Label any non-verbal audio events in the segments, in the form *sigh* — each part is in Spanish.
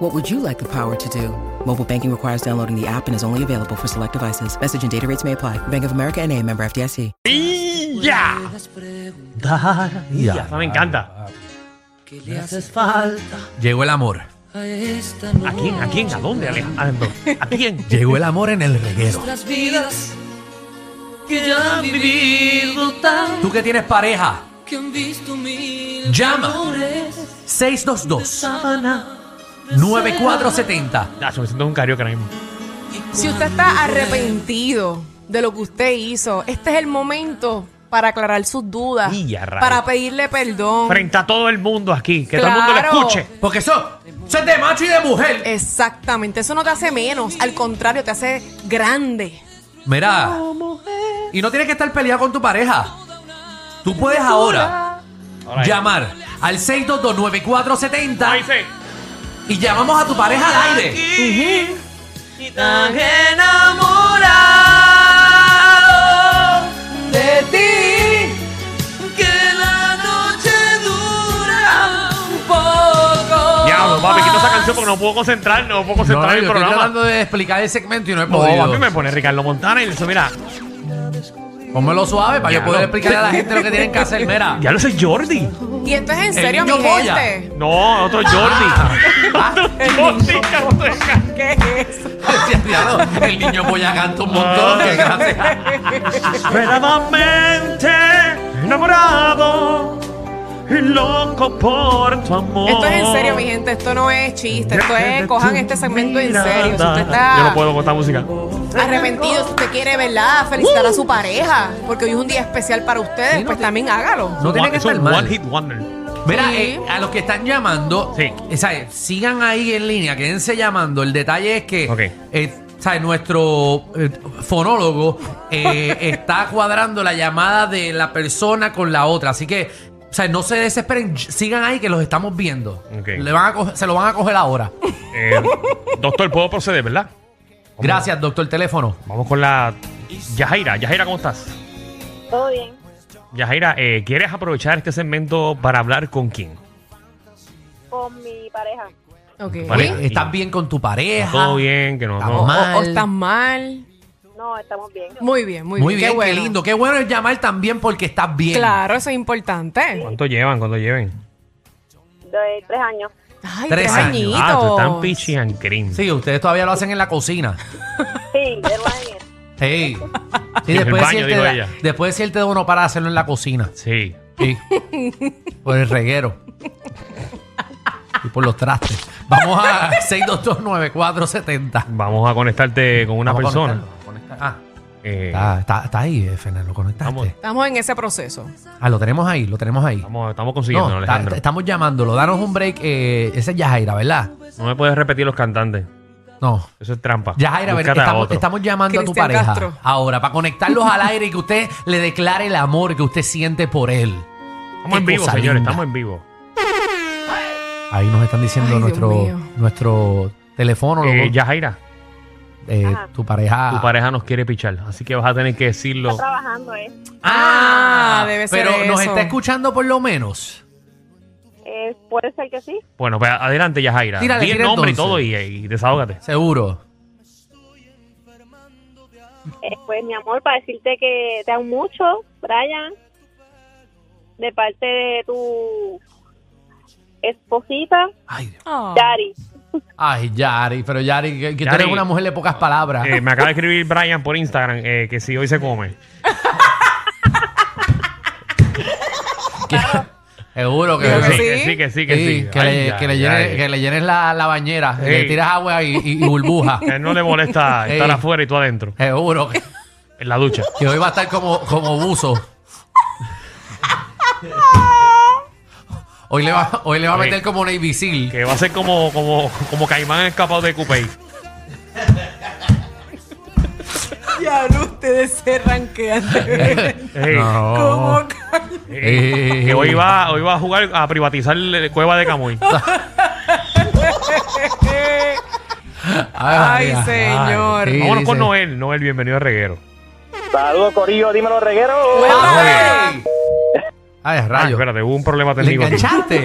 What would you like the power to do? Mobile banking requires downloading the app and is only available for select devices. Message and data rates may apply. Bank of America and a member FDIC. ¡Ya! Ah, Ya. me encanta. Llegó el amor. ¿A quién? ¿A quién? ¿A dónde, Alejandro? ¿A quién? Llegó el amor en el reguero. vidas que ya han vivido tan Tú que tienes pareja, que han visto mil Llama. colores 622 sana 9470. Ah, se me siento un carioca ahora mismo. Si usted está arrepentido de lo que usted hizo, este es el momento para aclarar sus dudas, Y ya, rayos. para pedirle perdón. Frente a todo el mundo aquí, que todo el Claro. mundo lo escuche. Porque eso, eso es de macho y de mujer. Exactamente, eso no te hace menos, al contrario, te hace grande. Mira, y no tienes que estar peleado con tu pareja. Tú puedes ahora Ahora ya. llamar al 6229470 Ahí sí. y llamamos a tu pareja al aire. y tan enamorado de ti que la noche dura un poco Diablo, papi, quito esa más. canción porque no puedo concentrar, no puedo No, concentrar yo el estoy programa. tratando de explicar el segmento y no he No, podido. a mí me pone Ricardo Montana y eso, mira, Pónmelo suave para yo Ya, poder no. explicarle a la gente lo que tienen que hacer. Mira. *laughs* ya lo sé, Jordi. Y esto es en serio, mi niño Goya. gente. No, otro Jordi. Ah. *laughs* Otro Jordi, cabrón de ca- ¿Qué es eso? Decía, "Diablo, el niño polla canta un montón. Ah. Qué gracia. Verdaderamente enamorado y loco por tu amor. Esto es en serio, mi gente, esto no es chiste, esto es, cojan este segmento en serio. Si usted Yo no está puedo con esta música. arrepentido, si usted quiere, ¿verdad? Felicitar a su pareja, porque hoy es un día especial para ustedes, Sí, no pues te- también hágalo. No tiene que Es un estar mal. One hit wonder. Mira, Sí. eh, a los que están llamando, Sí. eh, ¿sabes? sigan ahí en línea, quédense llamando. El detalle es que Ok. eh, ¿sabes? nuestro eh, fonólogo *laughs* eh, está cuadrando la llamada de la persona con la otra. Así que ¿sabes? no se desesperen, ll- sigan ahí que los estamos viendo. Ok. Le van a coger- se lo van a coger ahora. *laughs* Eh, doctor, puedo proceder, ¿verdad? Vamos- Gracias, doctor teléfono. Vamos con la Yajaira. Yajaira, ¿cómo estás? Todo bien. Yajaira, eh, ¿quieres aprovechar este segmento para hablar con quién? Con mi pareja. Ok. Vale. Oye, ¿Estás bien con tu pareja? Todo bien, que no. Estamos no. mal. O, o estás mal. No, estamos bien. Muy bien, muy, Muy bien. bien, qué, bueno. lindo. Qué bueno es llamar también porque estás bien. Claro, eso es importante. ¿Cuánto llevan? ¿Cuánto lleven? De tres años. Ay, Tres tres, años. añitos. Ah, tú estás en Pichi and Cream. Sí, ustedes todavía lo hacen en la cocina. Sí, de nueve años. Hey. *laughs* Y En el después, baño, si él te digo da- ella. después si él te da uno para hacerlo en la cocina. Sí. *laughs* Sí. por el reguero. y por los trastes. Vamos a *laughs* 6229470. Vamos a conectarte con una Vamos a persona. conectarlo, vamos a conectar- Ah, Eh, está, está- está ahí, eh, Fernan, lo conectaste. Vamos. Estamos en ese proceso. Ah, lo tenemos ahí, lo tenemos ahí. estamos, estamos No, consiguiendo, está- Alejandro. está- estamos llamándolo. Danos un break. eh, esa es Yajaira, ¿verdad? No me puedes repetir los cantantes. No. Eso es trampa. Yajaira, a ver, Búscate a estamos, otro. estamos llamando a Cristian tu pareja Castro. ahora para conectarlos al aire y que usted le declare el amor que usted siente por él. Estamos en Qué vivo, cosa señores. linda. Estamos en vivo. Ahí nos están diciendo Ay, Dios nuestro, mío. nuestro teléfono. Eh, loco. Yajaira, Eh, Ah. Ajá. tu pareja. tu pareja nos quiere pichar. Así que vas a tener que decirlo. Está trabajando, ¿eh? Ah, debe ser Pero nos eso. está escuchando por lo menos. Eh, Puede ser que sí. Bueno, pues adelante, Yajaira. Tírale, Di el tira nombre y entonces. todo y, y desahógate. Seguro. Eh, pues, mi amor, para decirte que te amo mucho, Brian. De parte de tu esposita, Ay, Dios. Ah. Dari. Ay, Yari, pero Yari, que, que tú Yari. eres una mujer de pocas palabras. Eh, me acaba de escribir Brian por Instagram eh, que si hoy se come. *laughs* Que- seguro que, Dijo Que que Eh, sí, que sí, sí. que sí. Que, sí, sí. que Ay, le, ya, que le ya, llenes, ya. que le llenes la, la bañera, Sí. le tiras agua y, y- *laughs* y burbuja. Que no le *laughs* molesta Ey. estar afuera y tú adentro, seguro que, en la ducha. que hoy va a estar como, como *laughs* buzo. Hoy le va, hoy le va a Ok. meter como Navy Seal. Que va a ser como, como, como caimán escapado de Coupé. la luz, ustedes se ranquean. *laughs* Ey, No. ¿Cómo caen? ey, que hoy va, hoy va a jugar a privatizar la Cueva de Camuy. Ay, María. señor. Ay, sí, Vámonos con dice. Noel. Noel, bienvenido a Reguero. Saludos, Corillo, dímelo, reguero. Cuéntame. Ay. Ay, Ah, rayos. espérate, hubo un problema Le técnico. aquí. enganchaste.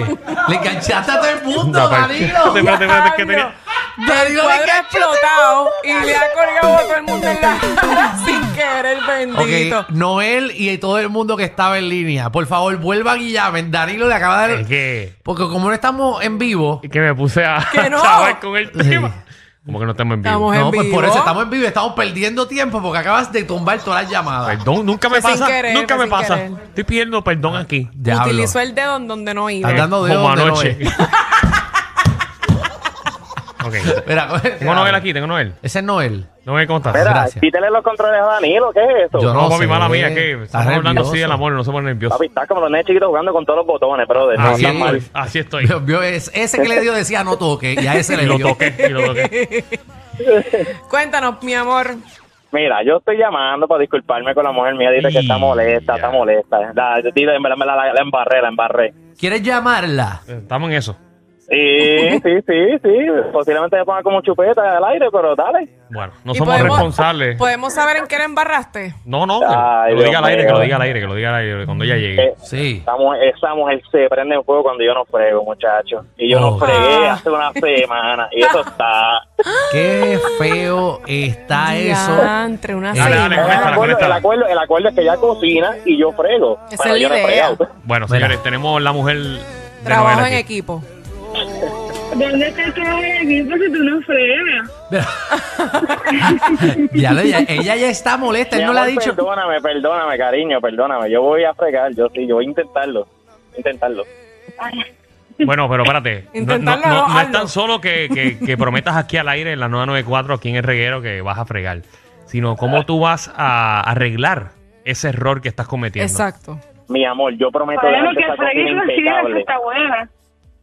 Le enganchaste a todo el mundo, Espérate, Danilo. espérate, espérate, que tenía- Del cuadro ha explotado y le ha colgado a todo el mundo en la *laughs* cara sin querer, bendito. Ok, Noel y todo el mundo que estaba en línea, por favor, vuelvan y llamen. Danilo le acaba de Es que, Porque como no estamos en vivo, es que me puse *laughs* a Que no. chaval con el Sí. tema. Como que no estamos en vivo. Estamos en no, pues por vivo. eso estamos en vivo, estamos perdiendo tiempo porque acabas de tumbar todas las llamadas. Perdón, nunca me Fue sin pasa. querer, nunca fue me sin pasa. querer. Estoy pidiendo perdón aquí. Eh, Diablo. Utilizó el dedo en donde no iba. Estás dando dedos Como de anoche. Noel. *laughs* ok. Mira, *laughs* Tengo Noel aquí, tengo Noel. Ese es Noel. Noel, ¿cómo estás? Espera, gracias. quítale los controles a Danilo, ¿qué es eso? Yo No, No papi, sé, mala mía, que estás estamos hablando así nervioso. del amor, no se pone nervioso. Papi, estás como los nenes chiquitos jugando con todos los botones, Ah, brother. No, Así estás estoy, mal. así estoy. Vio- vio es- Ese que le dio decía no toque y a ese Y le lo dio. toqué, y lo toqué. Cuéntanos, mi amor. Mira, yo estoy llamando para disculparme con la mujer mía. Dice que está Y- molesta, ya. está molesta. La, dile, me la, me la- la embarré, la embarré. ¿Quieres llamarla? *laughs* Estamos en eso. *laughs* Sí, sí, sí, sí. Posiblemente me ponga como chupeta al aire, pero dale. Bueno, no Y somos podemos- pues- responsables. Podemos saber en qué la embarraste. No, no, que, que Ay, lo Dios diga al aire, mío. que lo diga al aire, que lo diga al aire, cuando ella llegue. Eh, Sí. Esa mujer, esa mujer se prende en fuego cuando yo no frego, muchacho. Y yo Oh. no fregué Ah. hace una semana. Y eso *laughs* está. Qué feo está eso. Diantre, una Dale, señora. dale, Ahora, el, Conéctala, acuerdo, conéctala. el, acuerdo, el acuerdo es que ella cocina y yo frego. Esa Bueno, es yo la no he idea. fregado. Bueno, Mira. señores, tenemos la mujer de Trabajo Noel en aquí. equipo. ¿Dónde está el trabajo de equipo si tú no fregas? Ya lo- ya- ella ya está molesta, Mi él no le ha amor, dicho. Perdóname, perdóname, cariño, perdóname. Yo voy a fregar, yo sí, yo voy a intentarlo. Intentarlo. Bueno, pero *laughs* espérate. No, no, Intentarlo, no- no es hazlo. tan solo que, que- que prometas aquí al aire en la 994, aquí en el reguero, que vas a fregar, sino cómo tú vas a arreglar ese error que estás cometiendo. Exacto. Mi amor, yo prometo Sabemos dejarte que esa fregué cocina y eso impecable. está buena.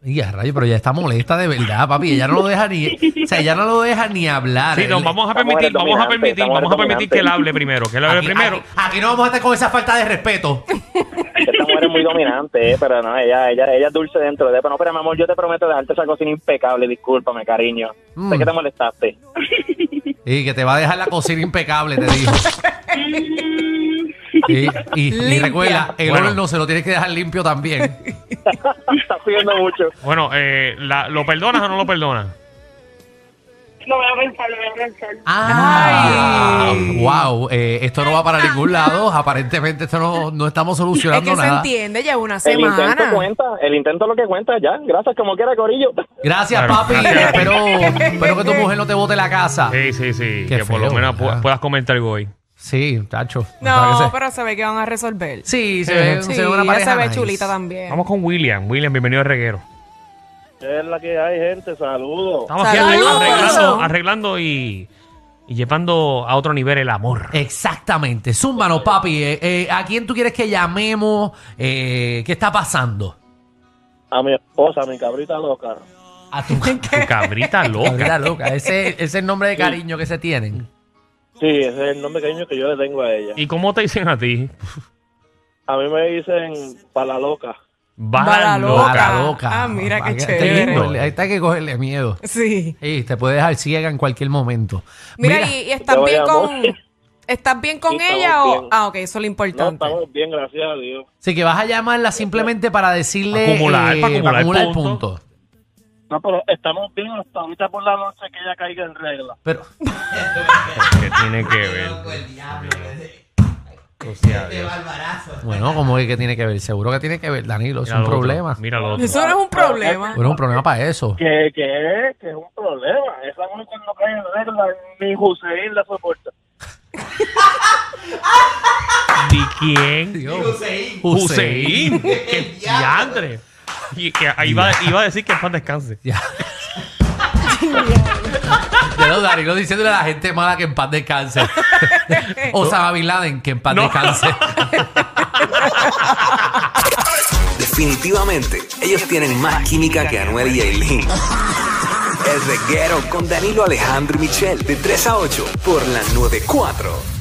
Y a rayo, pero ya está molesta de verdad, papi. Ella no lo deja ni. O sea, ella no lo deja ni hablar. Sí, nos Él- vamos a Esta mujer permitir, es vamos a dominante, permitir, esta mujer vamos a es permitir dominante. que él hable primero, que él hable aquí, primero. Aquí, aquí no vamos a estar con esa falta de respeto. Esta mujer es muy dominante, eh, pero no, ella, ella, ella es dulce dentro de... Pero no, pero mi amor, yo te prometo dejarte esa cocina impecable, discúlpame, cariño. Mm. Sé que te molestaste. *laughs* Y que te va a dejar la cocina impecable, te digo. Mm, Y, y- y Limpia. recuerda, el Bueno. horno se lo tienes que dejar limpio también. Estás pidiendo mucho. Bueno, eh, la- ¿lo perdonas o no lo perdonas? Lo voy a pensar, lo voy a pensar. ¡Ay! ¡Wow! eh, esto no va para ningún lado. Aparentemente, esto no, no estamos Es solucionando que se nada. entiende, ya es una El intento semana. cuenta, el intento es lo que cuenta, ya. Gracias, como quiera, corillo. *laughs* Gracias, Claro, papi. gracias. Espero, espero *laughs* que tu mujer no te bote la casa. Sí, sí, sí. Ah, Qué que por lo feo, menos pu- ¿verdad? puedas comentar algo hoy. Sí, tacho. No, Parece- pero se ve que van a resolver. Sí, se ve, Sí, se ve una ya pareja. se ve nice. chulita también. Vamos con William. William, bienvenido a Reguero. Es la que hay, gente. Saludos. Estamos aquí ¡Saludos! arreglando, arreglando y, y llevando a otro nivel el amor. Exactamente. Zúmbanos, papi. Eh, eh, ¿A quién tú quieres que llamemos? Eh, ¿Qué está pasando? A mi esposa, a mi cabrita loca. A *laughs* tu Tu cabrita Cabrita loca. loca. Ese ese es el nombre de cariño que se tienen. Sí, ese es el nombre cariño que yo le tengo a ella. ¿Y cómo te dicen a ti? A mí me dicen para la loca. Bala Bala loca. loca. Loca, loca. Ah, mira qué Hay que- chévere. hay que cogerle- Ahí está que cogerle miedo. Sí. Sí, te puede dejar ciega en cualquier momento. Mira, y, y Te estás voy bien a con. amor. ¿Estás bien con Sí, estamos ella o.? bien. Ah, ok, eso es lo No, importante. estamos bien, gracias a Dios. sí que vas a llamarla simplemente para decirle... eh, Acumular, para acumular puntos. puntos. No, pero estamos bien hasta ahorita por la noche que ella caiga en regla. Pero... ¿Qué tiene que ver? Bueno, como que, que tiene que ver? Seguro que tiene que ver, Danilo. Es Mira un lo otro, problema. Mira lo otro. Eso no es un problema. Bueno, un problema para eso. Que, que, es- que es un problema. Esa mujer cuando cae en regla, ni Hussein la soporta. ¿Y quién? Hussein. *laughs* Hussein. ¡Qué diantre! Y que ahí iba, iba a decir que en paz descanse. Ya. Ya lo Danilo diciéndole a la gente mala que en paz descanse. Osama Bin Laden que en paz No. *laughs* descanse. Definitivamente, ellos tienen más química que Anuel y Aileen. El reguero con Danilo Alejandro y Michel de 3 a 8 por la 94.